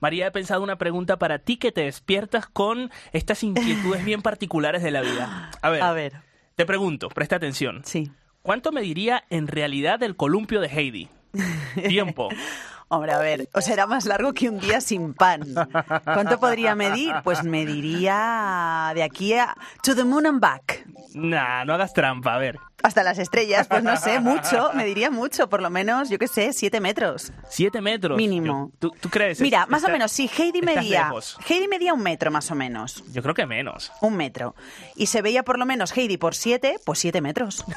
María, he pensado una pregunta para ti que te despiertas con estas inquietudes bien particulares de la vida. A ver, A ver, te pregunto, presta atención. sí. ¿Cuánto mediría en realidad el columpio de Heidi? Tiempo. Hombre, a ver, o sea, era más largo que un día sin pan. ¿Cuánto podría medir? Pues mediría de aquí a to the moon and back. Nah, no hagas trampa, a ver. Hasta las estrellas, pues no sé, mucho, mediría mucho, por lo menos, yo qué sé, siete metros. Siete metros. Mínimo. Yo- ¿tú, tú crees? Mira, más o Está- menos, sí, Heidi estás medía, lejos. Heidi medía un metro más o menos. Yo creo que menos. Un metro. Y se veía por lo menos Heidi por siete, pues siete metros.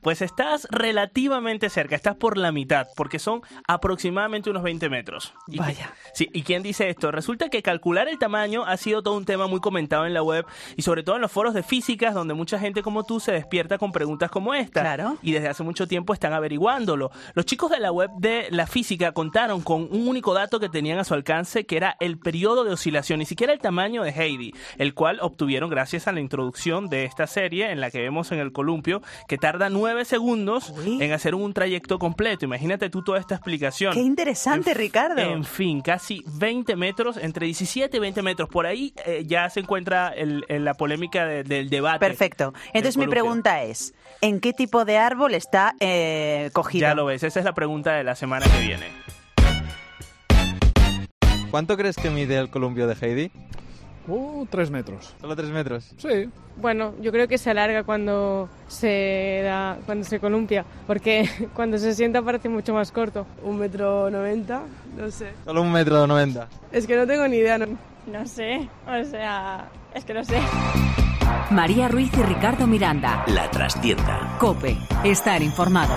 Pues estás relativamente cerca, estás por la mitad, porque son aproximadamente unos 20 metros. ¿Y qui- Vaya. sí, ¿y quién dice esto? Resulta que calcular el tamaño ha sido todo un tema muy comentado en la web y sobre todo en los foros de físicas, donde mucha gente como tú se despierta con preguntas como esta. Claro. Y desde hace mucho tiempo están averiguándolo. Los chicos de la web de la física contaron con un único dato que tenían a su alcance, que era el periodo de oscilación, ni siquiera el tamaño de Heidi, el cual obtuvieron gracias a la introducción de esta serie en la que vemos en el columpio, que tarda nueve segundos Uy. en hacer un trayecto completo. Imagínate tú toda esta explicación. Qué interesante, En- Ricardo. En fin, casi 20 metros, entre 17 y 20 metros. Por ahí eh, ya se encuentra el- el- la polémica de- del debate. Perfecto. Entonces mi columpio. pregunta es, ¿en qué tipo de árbol está eh, cogido? Ya lo ves, esa es la pregunta de la semana que viene. ¿Cuánto crees que mide el columpio de Heidi? Uh, tres metros. Solo tres metros. Sí. Bueno, yo creo que se alarga cuando se da, cuando se columpia, porque cuando se sienta parece mucho más corto. Un metro noventa, no sé. Solo un metro noventa. Es que no tengo ni idea. No sé, o sea, es que no sé. María Ruiz y Ricardo Miranda. La trastienda. Cope. Estar informado.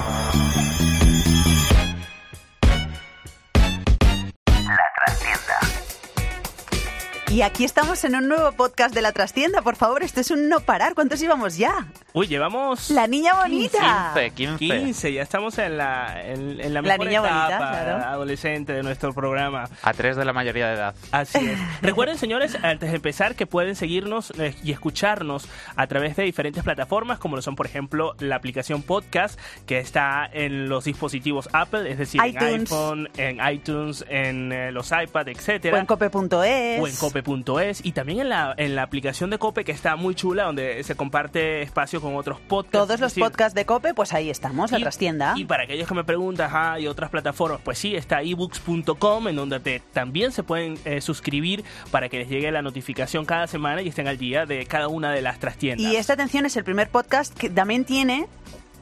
Y aquí estamos en un nuevo podcast de La Trastienda. Por favor, esto es un no parar. ¿Cuántos íbamos ya? Uy, llevamos La niña bonita. 15, 15. 15, ya estamos en la, en, en la La mejor niña etapa bonita, claro. adolescente de nuestro programa. A tres de la mayoría de edad. Así es. Recuerden, señores, antes de empezar, que pueden seguirnos eh, y escucharnos a través de diferentes plataformas, como lo son, por ejemplo, la aplicación podcast, que está en los dispositivos Apple, es decir, en iTunes. iPhone, en iTunes, en eh, los iPad, etcétera O en cope.es. o en cope.es y también en la, en la aplicación de Cope que está muy chula donde se comparte espacio con otros podcasts. Todos es los decir, podcasts de Cope, pues ahí estamos, La y- Trastienda. Y para aquellos que me preguntan, ah, y otras plataformas, pues sí, está ebooks.com, en donde te- también se pueden eh, suscribir para que les llegue la notificación cada semana y estén al día de cada una de las trastiendas. Y esta atención es el primer podcast que también tiene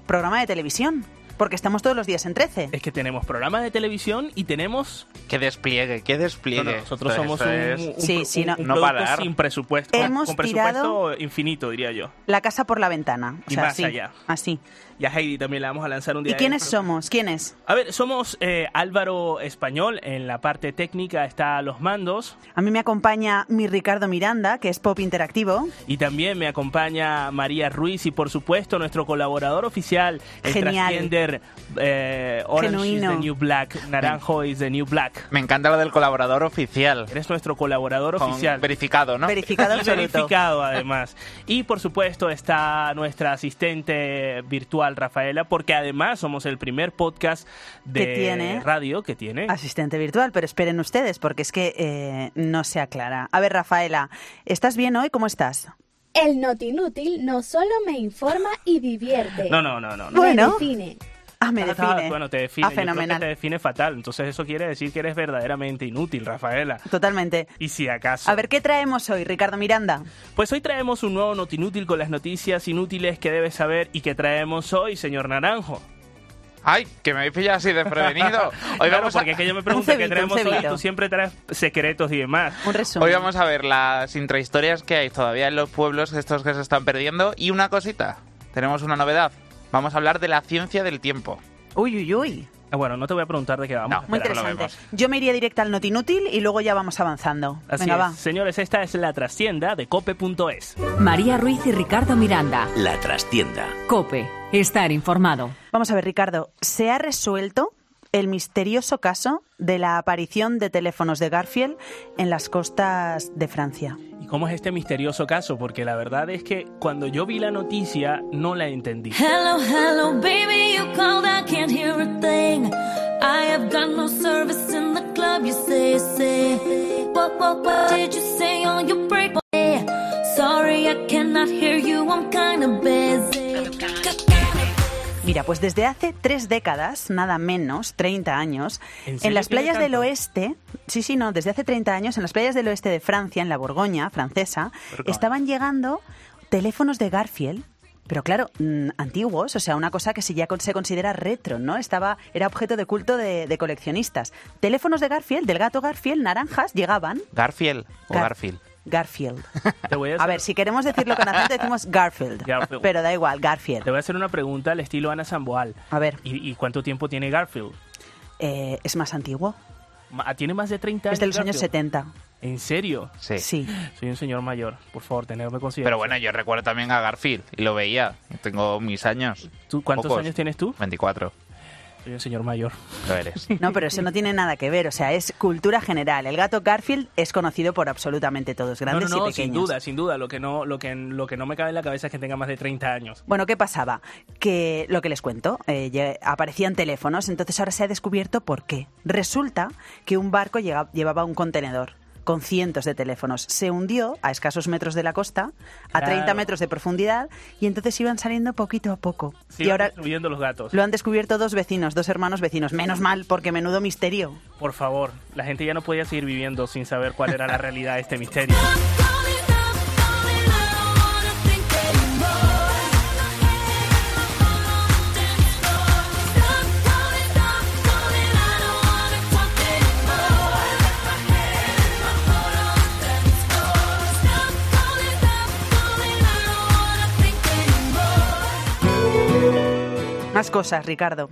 programa de televisión, porque estamos todos los días en 13. Es que tenemos programas de televisión y tenemos. Qué despliegue, qué despliegue. No, no, nosotros Esto- somos esto un, es- un- Sí, sí, un- no- un No producto parar. sin presupuesto. con- Hemos con tirado- presupuesto infinito, diría yo. La casa por la ventana. O Y sea, más así, allá. Así. Y a Heidi también la vamos a lanzar un día. ¿Y quiénes dentro. somos? ¿Quiénes? A ver, somos eh, Álvaro Español, en la parte técnica está los mandos. A mí me acompaña mi Ricardo Miranda, que es pop interactivo. Y también me acompaña María Ruiz y, por supuesto, nuestro colaborador oficial, el Genial. transgender eh, Orange Genuino. is the New Black, Naranjo is the New Black. Me encanta lo del colaborador oficial. Eres nuestro colaborador Con- oficial. Verificado, ¿no? Verificado Y absoluto. verificado, además. Y, por supuesto, está nuestra asistente virtual, Rafaela, porque además somos el primer podcast de Que tiene- radio que tiene. Asistente virtual, pero esperen ustedes, porque es que eh, no se aclara. A ver, Rafaela, ¿estás bien hoy? ¿Cómo estás? El notinútil no solo me informa y divierte. No, no, no, no. no. me Bueno. define. Ah, me Ah, define. bueno, te define. Ah, Yo creo que fenomenal. te define fatal. Entonces eso quiere decir que eres verdaderamente inútil, Rafaela. Totalmente. Y si acaso. A ver, ¿qué traemos hoy, Ricardo Miranda? Pues hoy traemos un nuevo Notinútil con las noticias inútiles que debes saber y que traemos hoy, señor Naranjo. ¡Ay! Que me habéis pillado así desprevenido. Hoy, Claro, vamos a, porque es que yo me pregunto qué cebito, traemos un hoy. cebito. Tú siempre traes secretos y demás. Un resumen. hoy vamos a ver las intrahistorias que hay todavía en los pueblos, estos que se están perdiendo. Y una cosita, tenemos una novedad. Vamos a hablar de la ciencia del tiempo. Uy, uy, uy. Ah, Bueno, no te voy a preguntar de qué vamos. No, espera. Muy Pero no lo interesante. vemos. Yo me iría directa al notinútil y luego ya vamos avanzando. Así Venga, es. va. Señores, esta es la trastienda de cope.es. María Ruiz y Ricardo Miranda. La trastienda. Cope. Estar informado. Vamos a ver, Ricardo, ¿se ha resuelto el misterioso caso de la aparición de teléfonos de Garfield en las costas de Francia? ¿Y cómo es este misterioso caso? Porque la verdad es que cuando yo vi la noticia no la entendí. Hello, hello, baby, you called, I can't hear a thing. I have got no service in the club, time you say, say, what, what, what did you say on your break? Yeah. Sorry, I cannot hear you, I'm kinda busy. Mira, pues desde hace tres décadas, nada menos, 30 años, ¿En en, serio las tiene playas del tanto? oeste, sí, sí, no, desde hace 30 años, en las playas del oeste de Francia, en la Borgoña francesa, Borgoña. estaban llegando teléfonos de Garfield. Pero claro, mm, antiguos, o sea, una cosa que si ya con- se considera retro, ¿no? Estaba, era objeto de culto de, de coleccionistas. Teléfonos de Garfield, del gato Garfield, naranjas, llegaban. Garfield o Gar- Garfield. Garfield. Te voy a A hacer- ver, si queremos decirlo con acento, decimos Garfield. Garfield. Pero da igual, pues, Te Garfield. voy a hacer una pregunta al estilo Ana Samboal. A ver, ¿Y, y cuánto tiempo tiene Garfield? eh, es más antiguo. Ma- Tiene más de 30 años. Es de los años Garfield? 70. ¿En serio? Sí. Sí. Soy un señor mayor. Por favor, tenerme consideración. Pero bueno, yo recuerdo también a Garfield y lo veía. Tengo mis años. ¿Tú ¿Cuántos pocos. años tienes tú? 24. Soy un señor mayor. Lo eres. No, pero eso no tiene nada que ver. O sea, es cultura general. El gato Garfield es conocido por absolutamente todos, grandes no, no, no, y pequeños. sin duda, sin duda. Lo que, no, lo, que, lo que no me cabe en la cabeza es que tenga más de 30 años. Bueno, ¿qué pasaba? Que lo que les cuento, eh, ya aparecían teléfonos, entonces ahora se ha descubierto por qué. Resulta que un barco llega- llevaba un contenedor con cientos de teléfonos. Se hundió a escasos metros de la costa, a Claro. 30 metros de profundidad, y entonces iban saliendo poquito a poco. Sí, y ahora subiendo los gatos. lo han descubierto dos vecinos, dos hermanos vecinos. Menos mal, porque menudo misterio. Por favor, la gente ya no podía seguir viviendo sin saber cuál era la realidad de este misterio. Falling up, falling, I don't wanna think anymore. Stop falling, stop falling, I don't wanna talk anymore. My heart on dance floor. Stop falling, stop falling, I don't wanna think anymore. Más cosas, Ricardo.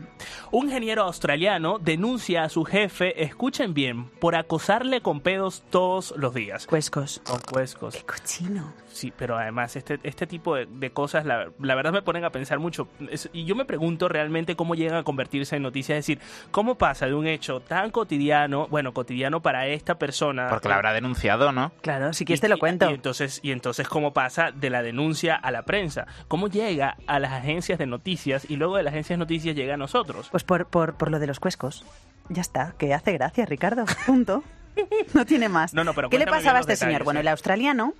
Un ingeniero australiano denuncia a su jefe, escuchen bien, por acosarle con pedos todos los días. Cuescos. Con cuescos. Qué cochino. Sí, pero además este, este tipo de, de cosas la, la verdad me ponen a pensar mucho. Es- y yo me pregunto realmente cómo llegan a convertirse en noticias. Es decir, ¿cómo pasa de un hecho tan cotidiano, bueno, cotidiano para esta persona? Porque la habrá denunciado, ¿no? Claro, si Y- quieres te este lo y- cuento. Y, entonces, y entonces, ¿cómo pasa de la denuncia a la prensa? ¿Cómo llega a las agencias de noticias y luego de las agencias de noticias llega a nosotros? Pues por, por, por lo de los cuescos. Ya está, que hace gracia, Ricardo. Punto. No tiene más. No, no, pero ¿Qué le cuéntame bien pasaba a los este señor? detalles, Bueno, ¿eh? el australiano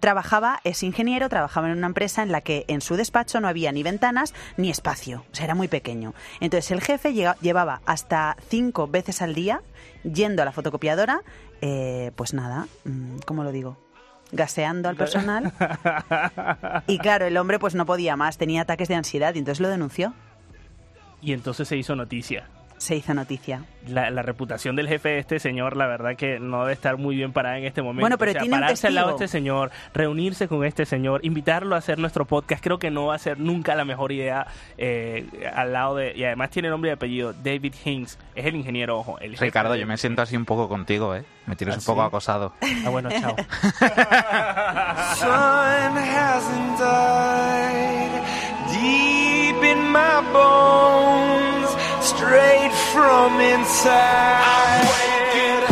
trabajaba, es ingeniero, trabajaba en una empresa en la que en su despacho no había ni ventanas ni espacio. O sea, era muy pequeño. Entonces el jefe llega- llevaba hasta cinco veces al día yendo a la fotocopiadora, eh, pues nada, mm, ¿cómo lo digo? Gaseando al personal. Y claro, el hombre pues no podía más, tenía ataques de ansiedad y entonces lo denunció. Y entonces se hizo noticia. Se hizo noticia. La, la reputación del jefe de este señor, la verdad que no debe estar muy bien parada en este momento. Bueno, O pero sea, tiene un pararse al lado de testigo. este señor, reunirse con este señor, invitarlo a hacer nuestro podcast, creo que no va a ser nunca la mejor idea eh, al lado de... Y además tiene nombre y apellido, David Hinks, es el ingeniero, ojo. El jefe Ricardo, de- yo me siento así un poco contigo, ¿eh? Me tienes ¿Ah, un poco sí? acosado. Ah, bueno, chao. sun hasn't died deep in my bones, straight from inside. I'm waking up.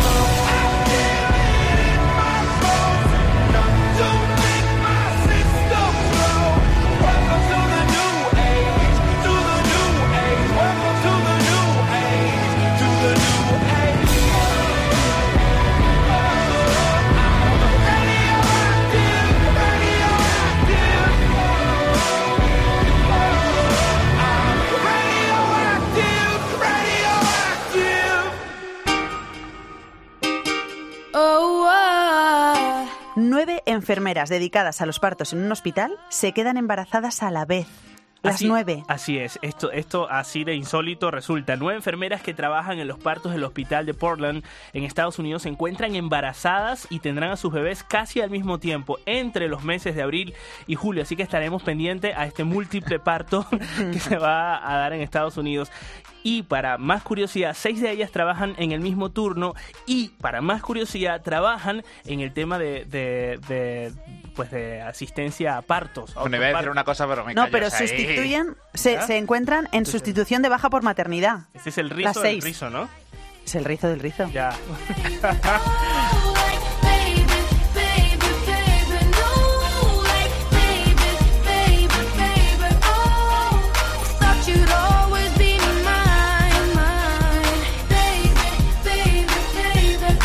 Oh, ah. Nueve enfermeras dedicadas a los partos en un hospital se quedan embarazadas a la vez. Las Así- nueve. Así es, esto, esto así de insólito resulta. Nueve enfermeras que trabajan en los partos del hospital de Portland en Estados Unidos se encuentran embarazadas y tendrán a sus bebés casi al mismo tiempo, entre los meses de abril y julio. Así que estaremos pendientes a este múltiple parto que se va a dar en Estados Unidos. Y para más curiosidad, seis de ellas trabajan en el mismo turno y para más curiosidad trabajan en el tema de, de- de, pues de asistencia a partos. a Bueno, iba a decir autopartos. una cosa, pero me No, callo, pero o sea, ahí- sustituyen, se, ¿Ah? se encuentran en sustitución de baja por maternidad. Este es el Las rizo del seis. Pues rizo, ¿no? Es el rizo del rizo. Ya. No, like, baby, baby, baby, no, like, baby, baby, baby, oh. Thought you'd always be mine, mine, baby, baby, baby.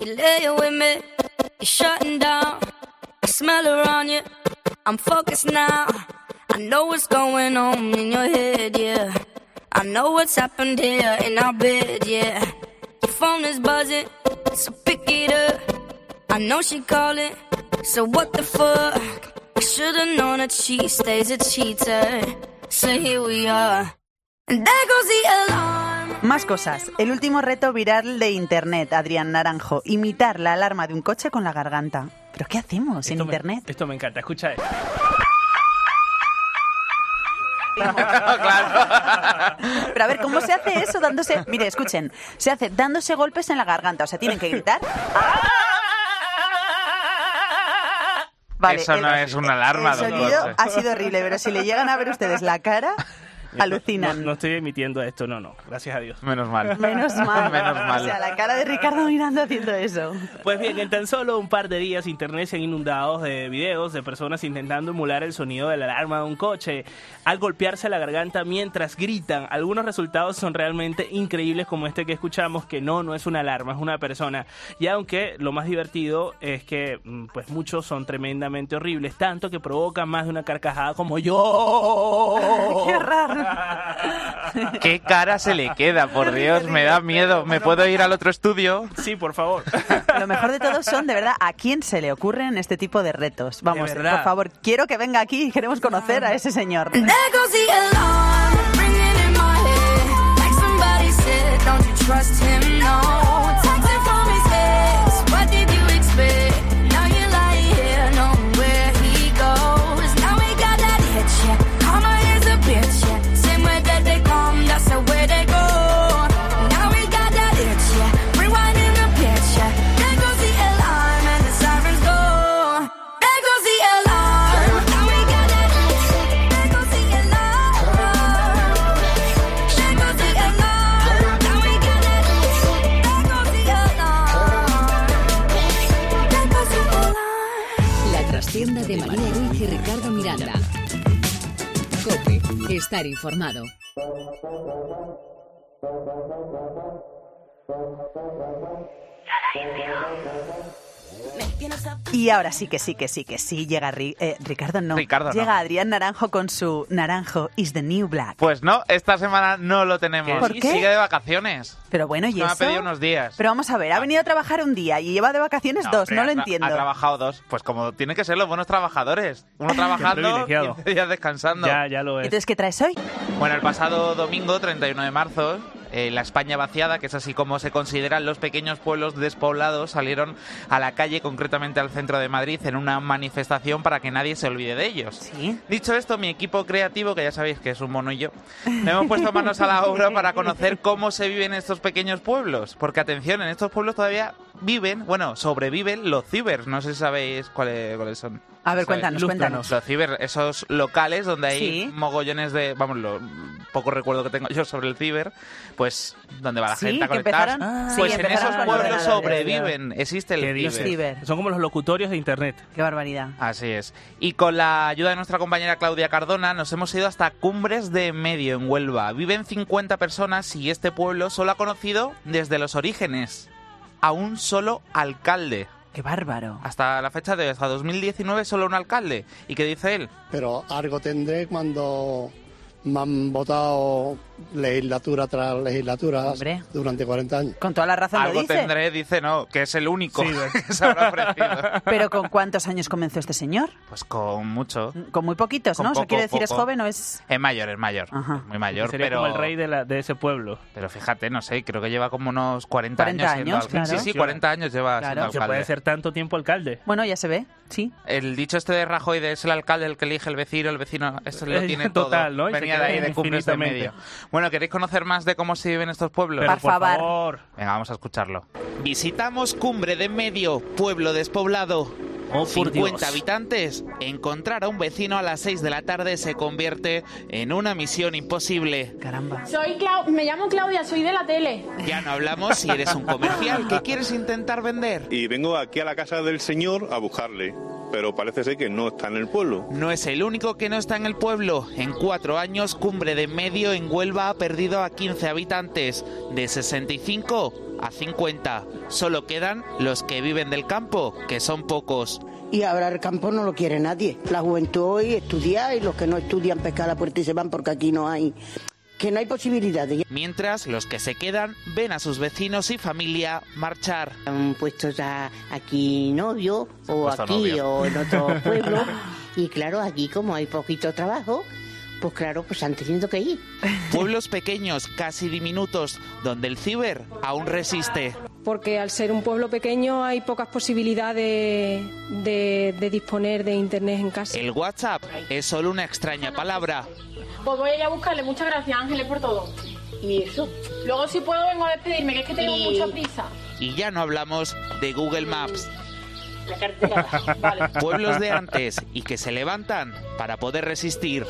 You lay with me, you're shutting down. I smell her on you, I'm focused now. I know what's going on in your head, yeah. I know what's happened here in our bed, yeah. Your phone is buzzing, so pick it up. I know she calling, so what the fuck? I should've known that she stays a cheater. So here we are, and there goes the alarm. Más cosas. El último reto viral de internet, Adrián Naranjo. Imitar la alarma de un coche con la garganta. ¿Pero qué hacemos en internet? Esto me encanta, escucha esto. Pero a ver, ¿cómo se hace eso dándose... Mire, escuchen. Se hace dándose golpes en la garganta. O sea, tienen que gritar. Vale, Eso el- no es una alarma, El don sonido Jorge. ha sido horrible, pero si le llegan a ver ustedes la cara, alucinan. No, no estoy emitiendo esto, no, no. Gracias a Dios. Menos mal. Menos mal. Menos mal. O sea, la cara de Ricardo mirando haciendo eso. Pues bien, en tan solo un par de días internet se han inundado de videos de personas intentando emular el sonido de la alarma de un coche al golpearse la garganta mientras gritan. Algunos resultados son realmente increíbles como este que escuchamos que no, no es una alarma, es una persona. Y aunque lo más divertido es que mm, pues muchos son tremendamente horribles, tanto que provocan más de una carcajada como yo. Qué raro. ¿Qué cara se le queda? Por Dios, me da miedo. ¿Me puedo ir al otro estudio? Sí, por favor. Lo mejor de todo son, de verdad, a quién se le ocurren este tipo de retos. Vamos, De por verdad. favor, quiero que venga aquí y queremos conocer a ese señor. There goes the alarm, ringing in my head. Like somebody said, don't you trust him? No, texting from his ex. What did you expect? Now you're lying here, knowing where he goes. Now we got that hitch, yeah. Karma is a bitch, yeah. Same way that they come, that's the way they go. Now we got that itch, yeah. Rewinding the picture. There goes the alarm and the sirens go. There goes the alarm. Now we got that itch, there goes the La trastienda de María Ruiz y Ricardo Miranda. Cope, estar informado. Y ahora sí que sí que sí que sí llega Ri- eh, Ricardo no. Ricardo no. llega Adrián Naranjo con su Naranjo is the new black. Pues no, esta semana no lo tenemos. ¿Por qué? Sigue de vacaciones. Pero bueno, y Me ha eso. pedido unos días. Pero vamos a ver, ha venido a trabajar un día y lleva de vacaciones dos, hombre, no lo ha tra- entiendo. Ha trabajado dos. Pues como tienen que ser los buenos trabajadores. Uno trabajando, privilegiado. 15 días descansando. Ya, ya eh. lo Entonces, ¿qué traes hoy? Bueno, el pasado domingo, 31 de marzo, eh, la España vaciada, que es así como se consideran los pequeños pueblos despoblados, salieron a la calle, concretamente al centro de Madrid, en una manifestación para que nadie se olvide de ellos. Dicho esto, mi equipo creativo, que ya sabéis que es un mono y yo, nos hemos puesto manos a la obra para conocer cómo se viven estos pequeños pueblos. Porque atención, en estos pueblos todavía viven, bueno, sobreviven los cibers. No sé si sabéis cuáles, cuáles son. A ver, ¿Sabéis? cuéntanos, cuéntanos. Los ciber, esos locales donde hay Sí. mogollones de, vamos, lo poco recuerdo que tengo yo sobre el ciber, pues donde va la Sí, gente a que conectar. empezaron- Ah, sí, pues en empezaron esos con pueblos ordenadores. sobreviven, existe ¿Qué el dices? ciber. Son como los locutorios de internet. Qué barbaridad. Así es. Y con la ayuda de nuestra compañera Claudia Cardona nos hemos ido hasta Cumbres de Medio en Huelva. Viven 50 personas y este pueblo solo ha conocido desde los orígenes a un solo alcalde. Qué bárbaro. Hasta la fecha de hasta 2019 solo un alcalde. ¿Y qué dice él? pero algo tendré cuando me han votado legislatura tras legislatura Hombre. durante 40 años. Con toda la razón Algo lo dice. tendré, dice no, que es el único que se habrá ofrecido. Pero ¿con cuántos años comenzó este señor? Pues con mucho. Con muy poquitos, Con ¿no? o sea, poco, quiere decir es poco. joven o es Es mayor, es mayor. es Muy mayor, Sería pero... como el rey de, la- de ese pueblo. Pero fíjate, no sé, creo que lleva como unos 40, 40 años. siendo años, alcalde. claro. Sí, sí, 40 años lleva siendo Claro, se alcalde. puede ser tanto tiempo alcalde. Bueno, ya se ve, sí. El dicho este de Rajoy de es el alcalde el que elige el vecino, el vecino, esto lo Eh, tiene total, todo. ¿no? Y se Venía de queda ahí de cumbres de medio. infinitamente. Bueno, ¿queréis conocer más de cómo se viven estos pueblos? Pero, Por por favor. Venga, vamos a escucharlo. Visitamos Cumbre de Medio, pueblo despoblado. por 50 Dios. habitantes. Encontrar a un vecino a las 6 de la tarde se convierte en una misión imposible. Caramba. Soy Clau me llamo Claudia, soy de la tele. Ya no hablamos si eres un comercial que quieres intentar vender. Y vengo aquí a la casa del señor a buscarle, pero parece ser que no está en el pueblo. No es el único que no está en el pueblo. En cuatro años, Cumbre de Medio en Huelva ha perdido a 15 habitantes, de 65 a 50. Solo quedan los que viven del campo, que son pocos. Y ahora el campo no lo quiere nadie. La juventud hoy estudia y los que no estudian pescar a la puerta y se van porque aquí no hay, que no hay posibilidades. Mientras los que se quedan ven a sus vecinos y familia marchar. Han puesto ya aquí novio o puesto aquí novio. o en otro pueblo y claro, aquí como hay poquito trabajo, pues claro, pues han tenido que ir. Pueblos pequeños, casi diminutos, donde el ciber aún resiste. porque al ser un pueblo pequeño hay pocas posibilidades de, de disponer de internet en casa. El WhatsApp es solo una extraña palabra. Pues voy a ir a buscarle. Muchas gracias, Ángeles, por todo. ¿Y eso? Luego, si puedo, vengo a despedirme, que es que tengo Y- mucha prisa. Y ya no hablamos de Google Maps. La cartera. Pueblos de antes y que se levantan para poder resistir.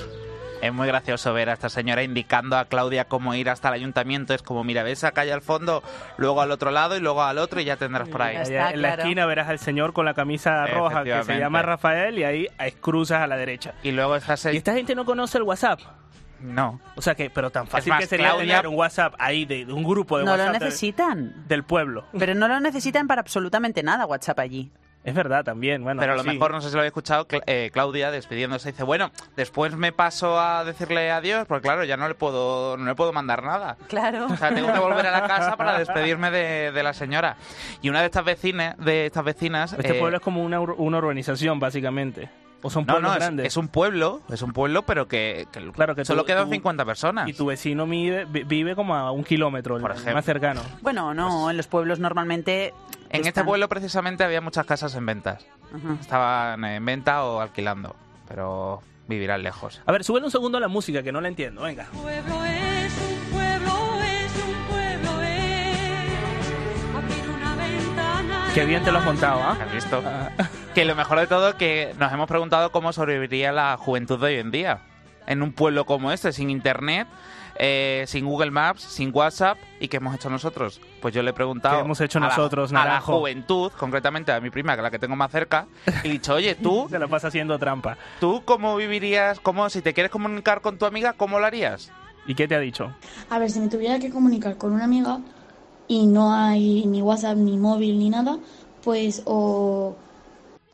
Es muy gracioso ver a esta señora indicando a Claudia cómo ir hasta el ayuntamiento. Es como, mira, ve esa calle al fondo, luego al otro lado y luego al otro y ya tendrás por ahí. Allá en la esquina verás al señor con la camisa roja que se Efectivamente. llama Rafael y ahí es cruzas a la derecha. Y luego estás ¿Y esta gente no conoce el WhatsApp? No. O sea que, pero tan fácil más, que sería Claudia- tener un WhatsApp ahí de, de un grupo de No lo WhatsApp de- necesitan. del pueblo. Pero no lo necesitan para absolutamente nada WhatsApp allí. Es verdad también, bueno. Pero a lo sí. mejor, no sé si lo habéis escuchado, Cla- eh, Claudia despidiéndose dice, bueno, después me paso a decirle adiós, porque claro, ya no le puedo, no le puedo mandar nada. Claro. O sea, tengo que volver a la casa para despedirme de, de la señora. Y una de estas vecinas, de estas vecinas, Este eh, pueblo es como una, ur- una urbanización, básicamente. O son no, pueblos no, es, grandes. es un pueblo, es un pueblo, pero que, que solo tú- quedan tú- 50 personas. Y tu vecino mide- vi- vive como a un kilómetro, el más cercano. Bueno, no, en los pueblos normalmente... En este están- pueblo precisamente había muchas casas en ventas. Estaban en venta o alquilando, pero vivirán lejos. A ver, súbele un segundo a la música, que no la entiendo, venga. pueblo es un pueblo, es un pueblo, es abrir una ventana. Qué bien te lo has montado, ¿ah? ¿Has visto? Que lo mejor de todo que nos hemos preguntado cómo sobreviviría la juventud de hoy en día. En un pueblo como este, sin internet, eh, sin Google Maps, sin WhatsApp. ¿Y qué hemos hecho nosotros? Pues yo le he preguntado... ¿Qué hemos hecho a la- nosotros, A la Naranjo? juventud, concretamente a mi prima, que es la que tengo más cerca. Y he dicho, oye, tú... Te la vas haciendo trampa. ¿Tú cómo vivirías? ¿Cómo, si te quieres comunicar con tu amiga, cómo lo harías? ¿Y qué te ha dicho? A ver, si me tuviera que comunicar con una amiga y no hay ni WhatsApp, ni móvil, ni nada, pues o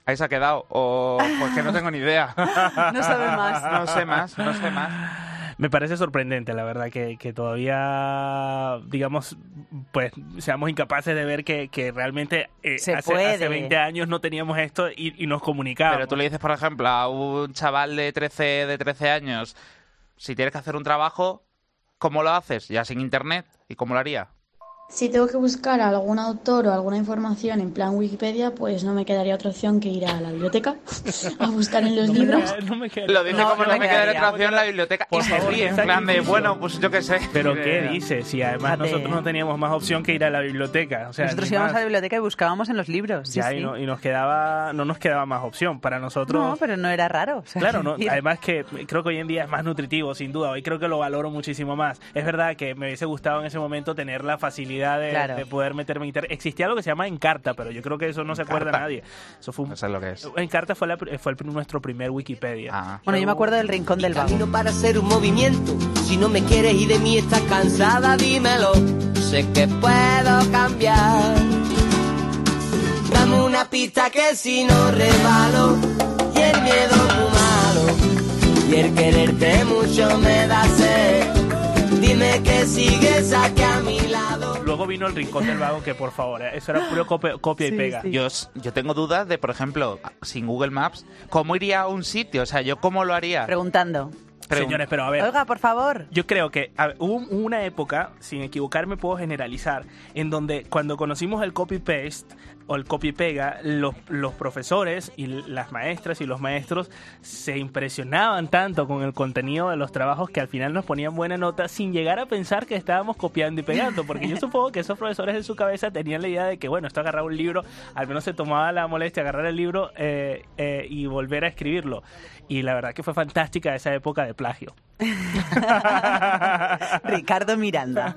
Ahí se ha quedado. O porque no tengo ni idea. No sabe más. No sé más, no sé más. Me parece sorprendente, la verdad, que, que todavía, digamos, pues seamos incapaces de ver que, que realmente eh, Se hace, puede. hace 20 años no teníamos esto y, y nos comunicábamos. Pero tú le dices, por ejemplo, a un chaval de 13, de 13 años, si tienes que hacer un trabajo, ¿cómo lo haces? Ya sin internet. ¿Y cómo lo haría? si tengo que buscar a algún autor o alguna información en plan Wikipedia, pues no me quedaría otra opción que ir a la biblioteca a buscar en los libros. Lo dice No, como no no, me me queda quedaría. otra opción en la biblioteca. y se ríe, en plan de, bueno, pues yo qué sé. Pero ¿qué dices? Si además Fíjate. nosotros no teníamos más opción que ir a la biblioteca. O sea, Nosotros ni íbamos a más. la biblioteca y buscábamos en los libros. sí, Ya, sí. Y, no- y nos quedaba, no nos quedaba más opción. Para nosotros... No, pero no era raro. o sea, Claro, no, decir, además que creo que hoy en día es más nutritivo, sin duda. Hoy creo que lo valoro muchísimo más. Es verdad que me hubiese gustado en ese momento tener la facilidad de, Claro. de poder meterme en internet. Existía algo que se llama Encarta, pero yo creo que eso no se acuerda nadie. Eso fue un... No sé lo que es. Encarta fue, la pr- fue el pr- nuestro primer Wikipedia. Ah. Bueno, yo me acuerdo del rincón del vago. camino para hacer un movimiento. Si no me quieres y de mí estás cansada, dímelo. Sé que puedo cambiar. Dame una pista que si no rebalo. Y el miedo es muy malo. Y el quererte mucho me da sed. Dime que sigues aquí a mi lado. Luego vino el Rincón del Vago, que por favor, eh, eso era puro copia, copia y pega. Yo, s- yo tengo dudas de, por ejemplo, sin Google Maps, ¿cómo iría a un sitio? O sea, ¿yo cómo lo haría? Preguntando. Señores, pero a ver. Oiga, por favor. Yo creo que a ver, hubo una época, sin equivocarme puedo generalizar, en donde cuando conocimos el copy-paste o el copy-pega, los, los profesores y l- las maestras y los maestros se impresionaban tanto con el contenido de los trabajos que al final nos ponían buena nota sin llegar a pensar que estábamos copiando y pegando, porque yo supongo que esos profesores en su cabeza tenían la idea de que, bueno, esto agarraba un libro, al menos se tomaba la molestia de agarrar el libro eh, eh, y volver a escribirlo. Y la verdad que fue fantástica esa época de plagio. Ricardo Miranda.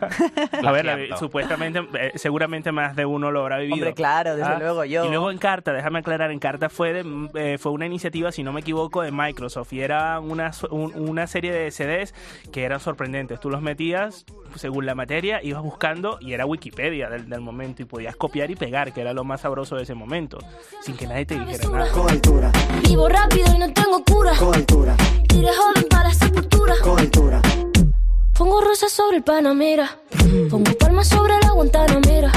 A ver, la- supuestamente, eh, seguramente más de uno lo habrá vivido. Ah, Hombre, claro, desde luego, yo. Y luego en carta, déjame aclarar, en carta fue de- eh, fue una iniciativa, si no me equivoco, de Microsoft y era una, su- un- una serie de CDs que eran sorprendentes. Tú los metías, según la materia, ibas buscando y era Wikipedia del, del momento y podías copiar y pegar, que era lo más sabroso de ese momento, sin que nadie te dijera nada. Cobertura. Vivo rápido y no tengo cura. Cobertura. Tire joven para sepultura. Cobertura. Pongo rosas sobre el Panamera. Pongo palmas sobre la Guantanamera.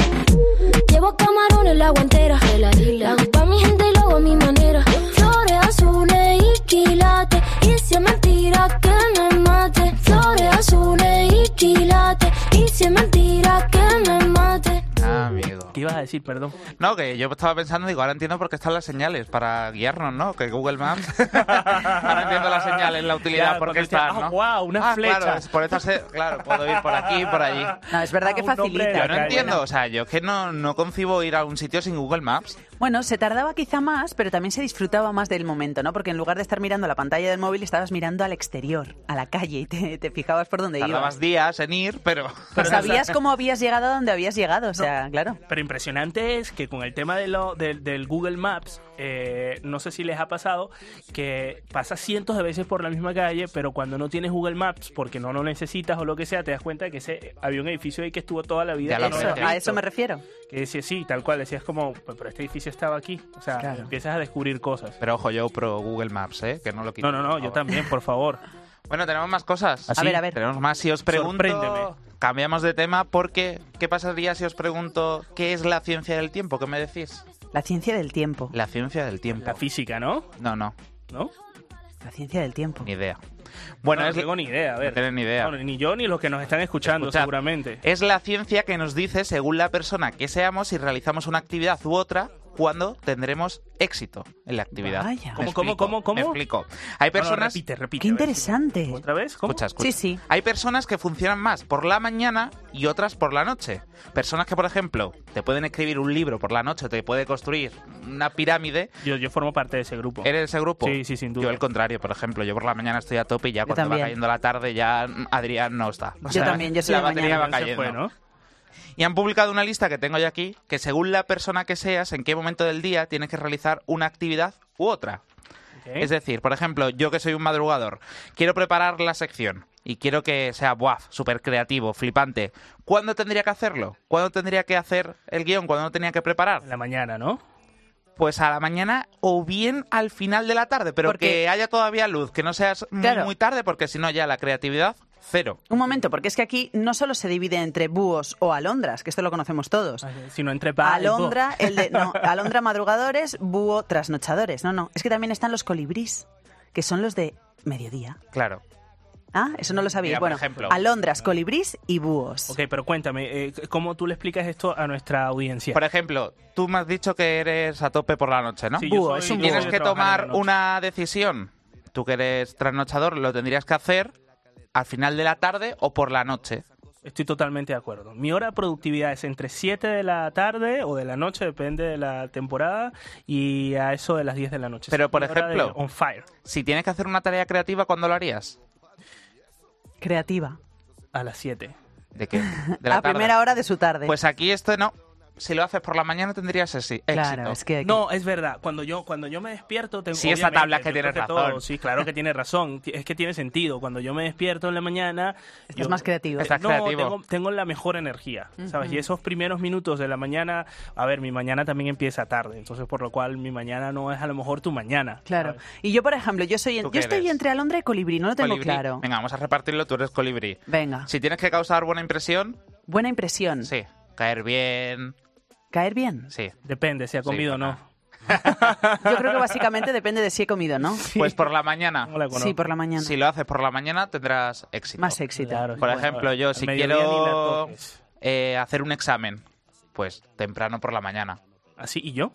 Llevo camarones la guantera. La hago pa' mi gente y lo hago a mi manera. Flores azules y quilates. Y si es mentira que me mate. Flores azules y quilates. Y si es mentira que me mate. Ah, Amigo. ¿Qué ibas a decir, perdón? No, que yo estaba pensando, digo, ahora entiendo por qué están las señales para guiarnos, ¿no? Que Google Maps. ahora entiendo las señales, la utilidad, Ya, por cuando qué dices, están, "Ah, ¿no? guau, unas Ah, Claro, flechas". es por esta se- claro, puedo ir por aquí y por allí. No, es verdad que facilita. Yo no entiendo, o sea, yo es que no, no concibo ir a un sitio sin Google Maps. Bueno, se tardaba quizá más, pero también se disfrutaba más del momento, ¿no? Porque en lugar de estar mirando la pantalla del móvil, estabas mirando al exterior, a la calle, y te, te fijabas por dónde ¿eh? Tardabas ibas. días en ir, pero... Pero sabías cómo habías llegado a donde habías llegado, o sea, claro. Pero impresionante es que con el tema de lo, del- del Google Maps, eh, no sé si les ha pasado que pasas cientos de veces por la misma calle, pero cuando no tienes Google Maps, porque no lo necesitas o lo que sea, te das cuenta que ese, había un edificio ahí que estuvo toda la vida. Ya lo y no lo Eso, habías a visto. eso me refiero. Que decías, sí, tal cual, decías como, "Pues, pero este edificio estaba aquí. O sea, Claro. empiezas a descubrir cosas. Pero ojo, yo pro Google Maps, ¿eh? Que no lo quito. No, no, no, yo también, por favor. Bueno, tenemos más cosas. A ver, a ver. Tenemos más. Si os pregunto... Sorpréndeme. Cambiamos de tema porque... ¿Qué pasaría si os pregunto qué es la ciencia del tiempo? ¿Qué me decís? La ciencia del tiempo. La ciencia del tiempo. La física, ¿no? No, no, ¿No? La ciencia del tiempo. ni idea. Bueno, no, es, no tengo ni idea, a ver. No tienen ni idea. eh, No, ni yo ni los que nos están escuchando, Escuchad. seguramente. es la ciencia que nos dice, según la persona que seamos, si realizamos una actividad u otra, cuándo tendremos éxito en la actividad. Vaya. Me ¿Cómo, cómo, explico, cómo, cómo? Me explico. Hay No, no, personas... repite, repite. Qué interesante. ¿Otra vez? ¿Cómo? Escucha, escucha. Sí, sí. Hay personas que funcionan más por la mañana y otras por la noche. Personas que, por ejemplo, te pueden escribir un libro por la noche, te puede construir una pirámide. Yo, yo formo parte de ese grupo. ¿Eres de ese grupo? Sí, sí, sin duda. Yo al contrario, por ejemplo, yo por la mañana estoy a tope y ya cuando también. va cayendo la tarde ya mm, Adrián no está. O Yo sea, también, yo soy la de batería mañana. va Se cayendo. fue, ¿no? Y han publicado una lista que tengo yo aquí, que según la persona que seas, en qué momento del día tienes que realizar una actividad u otra. ¿Eh? Es decir, por ejemplo, yo que soy un madrugador, quiero preparar la sección y quiero que sea buaf, súper creativo, flipante. ¿Cuándo tendría que hacerlo? ¿Cuándo tendría que hacer el guión? ¿Cuándo lo tenía que preparar? En la mañana, ¿no? Pues a la mañana o bien al final de la tarde, pero Porque- que haya todavía luz, que no seas muy, Claro. muy tarde, porque si no ya la creatividad, cero. Un momento, porque es que aquí no solo se divide entre búhos o alondras, que esto lo conocemos todos. Si no entre pa- Alondra, el de, no, alondra madrugadores, búho trasnochadores. No, no, es que también están los colibrís, que son los de mediodía. Claro. Ah, eso no lo sabía. Mira, por bueno, ejemplo. alondras, colibrís y búhos. Ok, pero cuéntame, eh, ¿cómo tú le explicas esto a nuestra audiencia? Por ejemplo, tú me has dicho que eres a tope por la noche, ¿no? Sí, yo Búho, soy- es un yo Tienes soy de que trabajar en tomar la noche. una decisión. Tú que eres trasnochador, lo tendrías que hacer al final de la tarde o por la noche. Estoy totalmente de acuerdo. Mi hora de productividad es entre 7 de la tarde o de la noche, depende de la temporada, y a eso de las 10 de la noche. Pero, Es por mi hora de ejemplo- On fire. Si tienes que hacer una tarea creativa, ¿cuándo lo harías? Creativa. A las 7. ¿De qué? De a primera hora de su tarde. Pues aquí esto no. Si lo haces por la mañana tendrías ese éxito. claro, es que aquí- No, es verdad. Cuando yo, cuando yo me despierto, tengo Sí, esa obviamente, tabla es que yo creo tienes razón. sí, claro que tiene razón. Ti- Es que tiene sentido. Cuando yo me despierto en la mañana. Estás yo- eh, más creativo. Estás no, creativo. Tengo, tengo la mejor energía, ¿sabes? Y esos primeros minutos de la mañana, a ver, mi mañana también empieza tarde, entonces por lo cual mi mañana no es a lo mejor tu mañana. Claro. ¿sabes? Y yo, por ejemplo, yo soy en- ¿Tú yo qué estoy eres? entre alondra y colibrí, no lo tengo Colibrí. claro. Venga, vamos a repartirlo. Tú eres colibrí. Venga. Si tienes que causar buena impresión, Buena impresión. sí. Caer bien, Caer bien. sí. Depende si ha Sí, comido o no. para- Yo creo que básicamente depende de si he comido, ¿no? Pues por la mañana. No la conozco. Sí, por la mañana. Si lo haces por la mañana, tendrás éxito. Más éxito. Claro, Por bueno, ejemplo, yo al si mediodía ni la quiero toques. eh, hacer un examen, pues temprano por la mañana. Así, ¿y yo?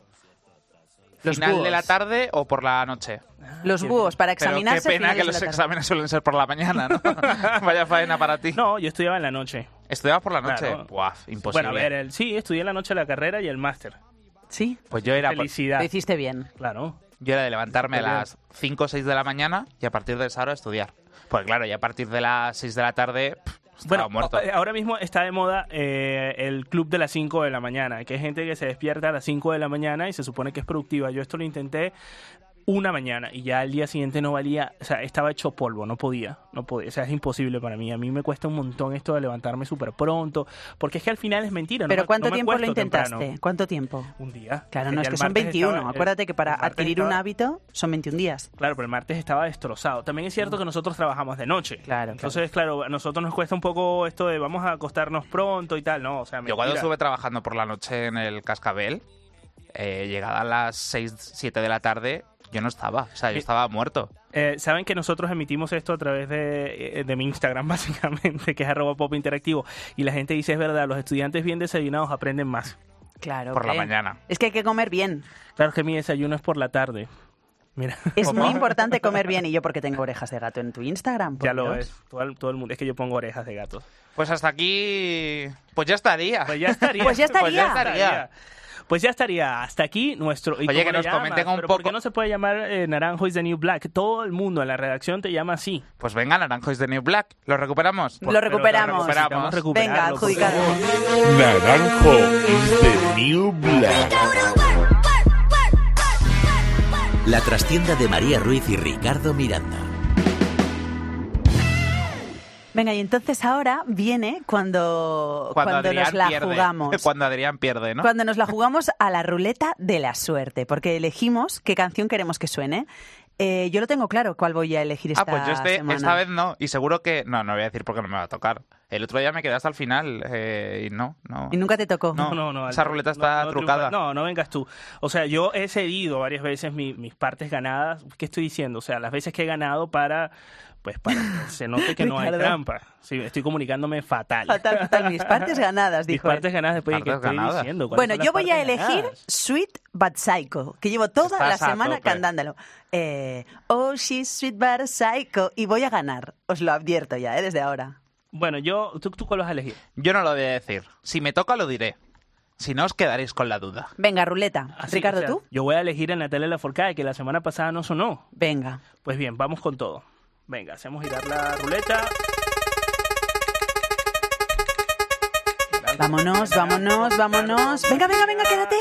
Los Final de búhos. la tarde o por la noche. Los qué búhos, para Pero examinarse. qué pena finales que de la los tarde. exámenes suelen ser por la mañana, ¿no? Vaya faena para ti. No, yo estudiaba en la noche. ¿Estudiabas por la noche? Claro. Buah, imposible. Bueno, a ver, eh, el- sí, estudié en la noche la carrera y el máster. Sí, pues yo era, por- Felicidad. lo hiciste bien. Claro. yo era de levantarme a Muy bien. las 5 o 6 de la mañana y a partir de esa hora estudiar. Pues claro, y a partir de las 6 de la tarde pff, estaba Bueno, muerto. a- ahora mismo está de moda eh, el club de las 5 de la mañana, que hay gente que se despierta a las 5 de la mañana y se supone que es productiva. Yo esto lo intenté una mañana y ya al día siguiente no valía, o sea, estaba hecho polvo, no podía, no podía, o sea, es imposible para mí. A mí me cuesta un montón esto de levantarme súper pronto, porque es que al final es mentira. no ¿Pero me- cuánto no me tiempo lo acuesto intentaste? temprano. ¿Cuánto tiempo? Un día. Claro, Ya no, es el que son martes 21. estaba- el- Acuérdate que para el martes adquirir un estaba- hábito son 21 días. Claro, pero el martes estaba destrozado. También es cierto que nosotros trabajamos de noche. Claro. Entonces, claro, a nosotros nos cuesta un poco esto de vamos a acostarnos pronto y tal, ¿no? O sea, Yo cuando mentira. estuve trabajando por la noche en el Cascabel, eh, llegada a las 6, 7 de la tarde, yo no estaba. O sea, yo estaba muerto. Eh, Saben que nosotros emitimos esto a través de, eh, de mi Instagram, básicamente, que es arroba pop interactivo. Y la gente dice, es verdad, los estudiantes bien desayunados aprenden más. Claro. Por la que- mañana. Es que hay que comer bien. Claro que mi desayuno es por la tarde. Mira. Es muy importante comer bien. Y yo porque tengo orejas de gato en tu Instagram. por Ya lo Dios. es. Todo el, todo el mundo. Es que yo pongo orejas de gatos. Pues hasta aquí. Pues ya estaría. Pues ya estaría. Pues ya estaría. Pues ya estaría. Hasta aquí nuestro. ¿y Oye, cómo que le nos llamas? comenten un ¿Pero ¿Por qué no se puede llamar eh, Naranjo is the New Black? Todo el mundo en la redacción te llama así. Pues venga, Naranjo is the New Black. ¿Lo recuperamos? Lo recuperamos. recuperamos. Necesitamos Venga, recuperarlo, por adjudicado. favor. Naranjo is the new black. La trastienda de María Ruiz y Ricardo Miranda. Venga, y entonces ahora viene cuando, Cuando, cuando Adrián nos la pierde. jugamos. Cuando Adrián pierde, ¿no? Cuando nos la jugamos a la ruleta de la suerte, porque elegimos qué canción queremos que suene. Eh, yo lo tengo claro cuál voy a elegir esta Ah, pues yo este- semana. esta vez no. Y seguro que. No, no voy a decir porque no me va a tocar. El otro día me quedé hasta el final eh, y no, no. Y nunca te tocó. No, no, no, esa ruleta está triunfa- trucada. No, no vengas tú. O sea, yo he cedido varias veces mi- mis partes ganadas. ¿Qué estoy diciendo? O sea, las veces que he ganado para, pues, para que se note que no hay Ricardo. trampa. Sí, estoy comunicándome fatal. Fatal, fatal, mis partes ganadas, Mis dijo él. partes ganadas después de que Partes estoy ganadas. diciendo. ¿Cuáles Bueno, son yo las voy a partes elegir ganadas? Sweet But Psycho, que llevo toda Estás la a semana tope. cantándolo. Eh, oh, she's sweet but a psycho. Y voy a ganar, os lo advierto ya, ¿eh? desde ahora. Bueno, yo, ¿tú, ¿tú cuál vas a elegir? Yo no lo voy a decir. Si me toca, lo diré. Si no, os quedaréis con la duda. Venga, ruleta. Así, Ricardo, o sea, ¿tú? Yo voy a elegir a Natalia Laforcade, que la semana pasada no sonó. Venga. Pues bien, vamos con todo. Venga, hacemos girar la ruleta. Vámonos, vámonos, vámonos. Venga, venga, venga, quédate.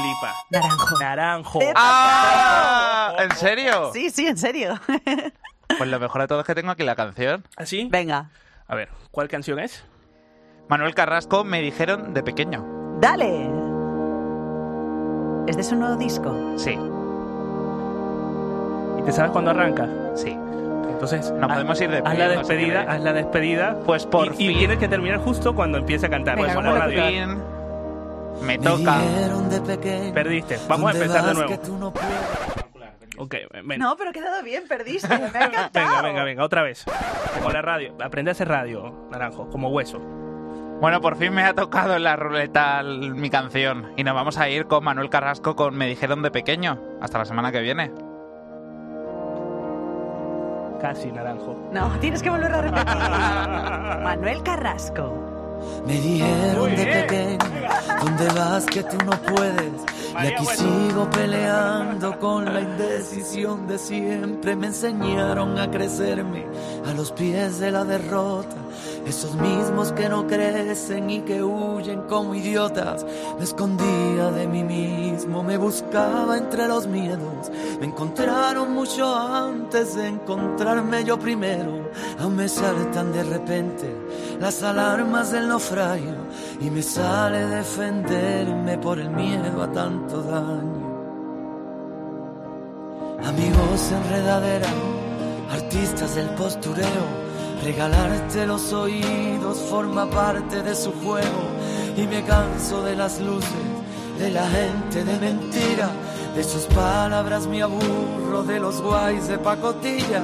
Flipa. Naranjo. Naranjo. ¿Ah, ¡Ah! ¿En serio? Sí, sí, en serio. Pues lo mejor de todo es que tengo aquí la canción. ¿Así? Venga. A ver, ¿cuál canción es? Manuel Carrasco me dijeron de pequeño. ¡Dale! ¿Es de su nuevo disco? Sí. ¿Y te sabes cuándo arranca? Sí. Entonces, nos podemos ir de Haz la despedida, haz la despedida. Pues por y, fin. Y tienes que terminar justo cuando empieza a cantar. Pues Como por la radio. fin. Me toca. Perdiste. Vamos a empezar de vas que nuevo. Ok, ven. No, pero ha quedado bien, perdiste. Me ha encantado. Venga, venga, venga, otra vez. Como la radio. Aprende a hacer radio, Naranjo, como hueso. Bueno, por fin me ha tocado en la ruleta l- mi canción. Y nos vamos a ir con Manuel Carrasco con Me dijeron de pequeño. Hasta la semana que viene. Casi, Naranjo. No, tienes que volver a repetir. Manuel Carrasco. Me dijeron de pequeño, ¿dónde vas que tú no puedes? Y aquí sigo peleando con la indecisión de siempre. Me enseñaron a crecerme a los pies de la derrota. Esos mismos que no crecen y que huyen como idiotas. Me escondía de mí mismo, me buscaba entre los miedos. Me encontraron mucho antes de encontrarme yo primero. Aún me saltan de repente las alarmas del naufragio y me sale defenderme por el miedo a tanto daño. Amigos enredadera, artistas del postureo, regalarte los oídos forma parte de su juego y me canso de las luces, de la gente de mentira, de sus palabras me aburro, de los guays de pacotilla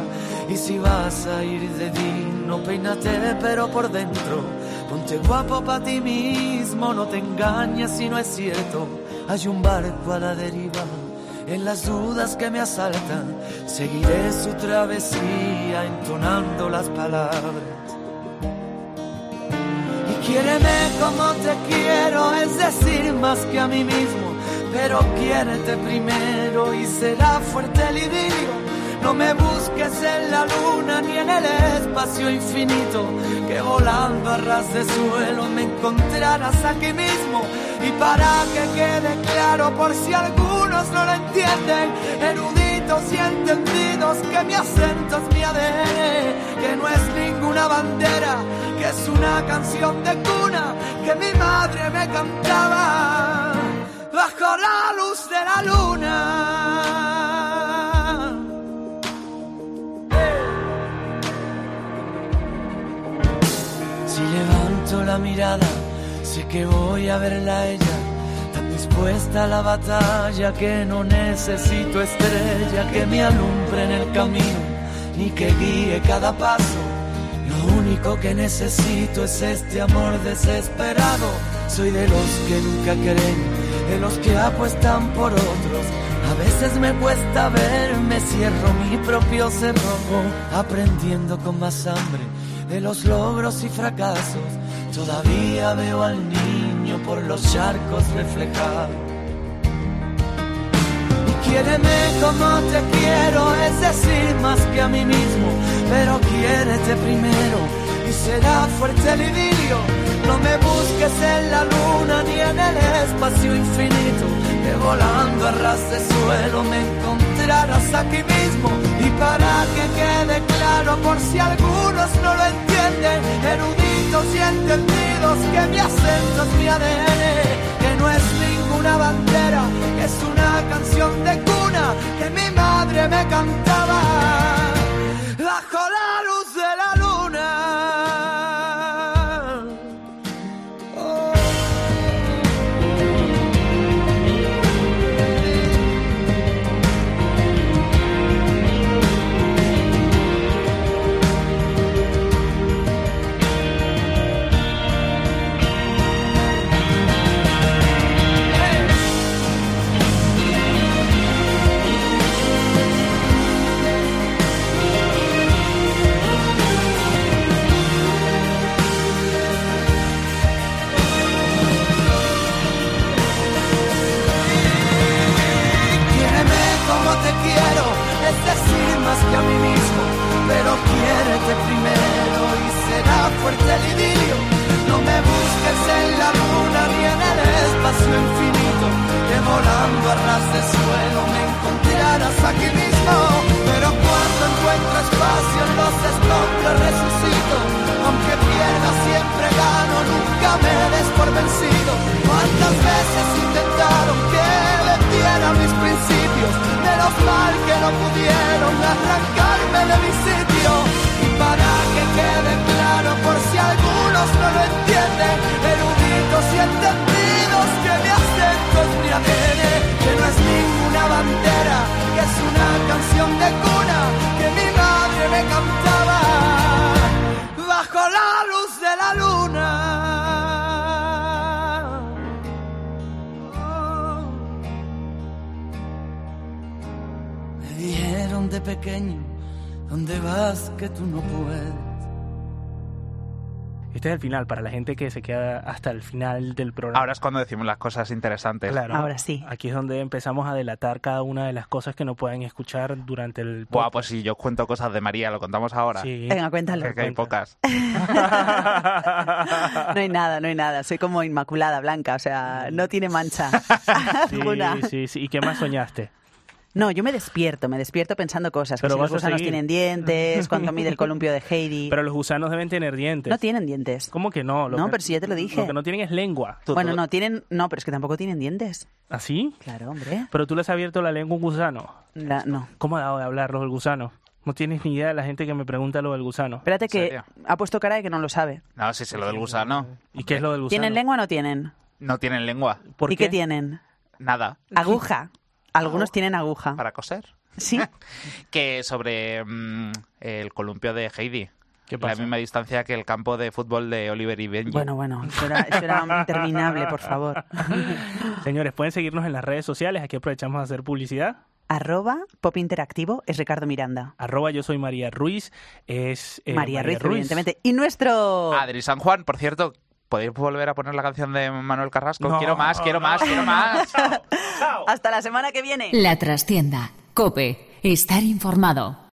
y si vas a ir de digno, peínate pero por dentro, ponte guapo para ti mismo, no te engañes si no es cierto, hay un barco a la deriva. En las dudas que me asaltan, seguiré su travesía entonando las palabras. Y quiéreme como te quiero, es decir, más que a mí mismo. Pero quiérete primero y será fuerte el idilio. No me busques en la luna ni en el espacio infinito, que volando a ras de suelo me encontrarás aquí mismo. Y para que quede claro, por si algunos no lo entienden, eruditos y entendidos, que mi acento es mi ADN, que no es ninguna bandera, que es una canción de cuna que mi madre me cantaba bajo la luz de la luna. Si levanto la mirada, sé que voy a verla a ella. Tan dispuesta a la batalla que no necesito estrella que me alumbre en el camino, ni que guíe cada paso. Lo único que necesito es este amor desesperado. Soy de los que nunca creen, de los que apuestan por otros. A veces me cuesta verme, cierro mi propio cerrojo, aprendiendo con más hambre de los logros y fracasos. Todavía veo al niño por los charcos reflejado. Quiéreme como te quiero, es decir, más que a mí mismo, pero quiérete primero y será fuerte el idilio. No me busques en la luna ni en el espacio infinito, que volando a ras de suelo me encontrarás aquí mismo. Y para que quede claro, por si algunos no lo entienden, eruditos y entendidos, que mi acento es mi ADN, que no es ninguna bandera, que es una canción de cuna que mi madre me cantaba bajo la luz de la luna. Quiéreme como te quiero, es decir, más que a mí mismo, pero quiérete primero y será fuerte el idilio. No me busques en la luna ni en el espacio infinito, que volando a ras de suelo me encontrarás aquí mismo. Pero cuando encuentro espacio en los escombros resucito, aunque pierda siempre gano, nunca me des por vencido. ¿Cuántas veces intentaron que detieran mis principios? Menos mal que no pudieron arrancarme de mi sitio. Y para que quede claro, por si algunos no lo entienden, eruditos y entendidos, que mi acento es mi ADN, que no es ninguna bandera, que es una canción de cuna que mi madre me cantaba bajo la luz de la luna. Me dijeron de pequeño, ¿dónde vas que tú no puedes? Este es el final, para la gente que se queda hasta el final del programa. Ahora es cuando decimos las cosas interesantes. Claro. Aquí es donde empezamos a delatar cada una de las cosas que no pueden escuchar durante el Buah, pues si yo os cuento cosas de María, lo contamos ahora. Sí. Venga, cuéntalo. Que, que hay pocas. No hay nada, no hay nada. Soy como inmaculada, blanca, o sea, no tiene mancha alguna. Mm. Sí, sí, sí. ¿Y qué más soñaste? No, yo me despierto, me despierto pensando cosas. Pero que si vas los a gusanos seguir. tienen dientes, cuánto mide el columpio de Heidi. Pero los gusanos deben tener dientes. No tienen dientes. ¿Cómo que no? Lo No, que- pero si ya te lo dije. Lo que no tienen es lengua. Bueno, no, tienen. No, pero es que tampoco tienen dientes. ¿Así? Claro, hombre. Pero tú le has abierto la lengua a un gusano. La- no. ¿Cómo ha dado de hablar lo del gusano? No tienes ni idea de la gente que me pregunta lo del gusano. Espérate que ha puesto cara de que no lo sabe. No, si se lo del gusano. ¿Y qué es lo del ¿Tienen lengua o no tienen? No tienen lengua. ¿Y qué tienen? Nada. Aguja. Algunos Oh. tienen aguja. Para coser. Sí. que sobre mm, el columpio de Heidi. pasa? La misma distancia que el campo de fútbol de Oliver y Benji. Bueno, bueno, eso era, eso era interminable, por favor. Señores, pueden seguirnos en las redes sociales. Aquí aprovechamos a hacer publicidad. Arroba Pop Interactivo es Ricardo Miranda. Arroba yo soy María Ruiz. Es eh, María, Ruiz, evidentemente. Y nuestro... Adri Ah, San Juan, por cierto, ¿podéis volver a poner la canción de Manuel Carrasco? No, quiero más, quiero más, quiero más. Hasta la semana que viene. La trastienda. Cope. Estar informado.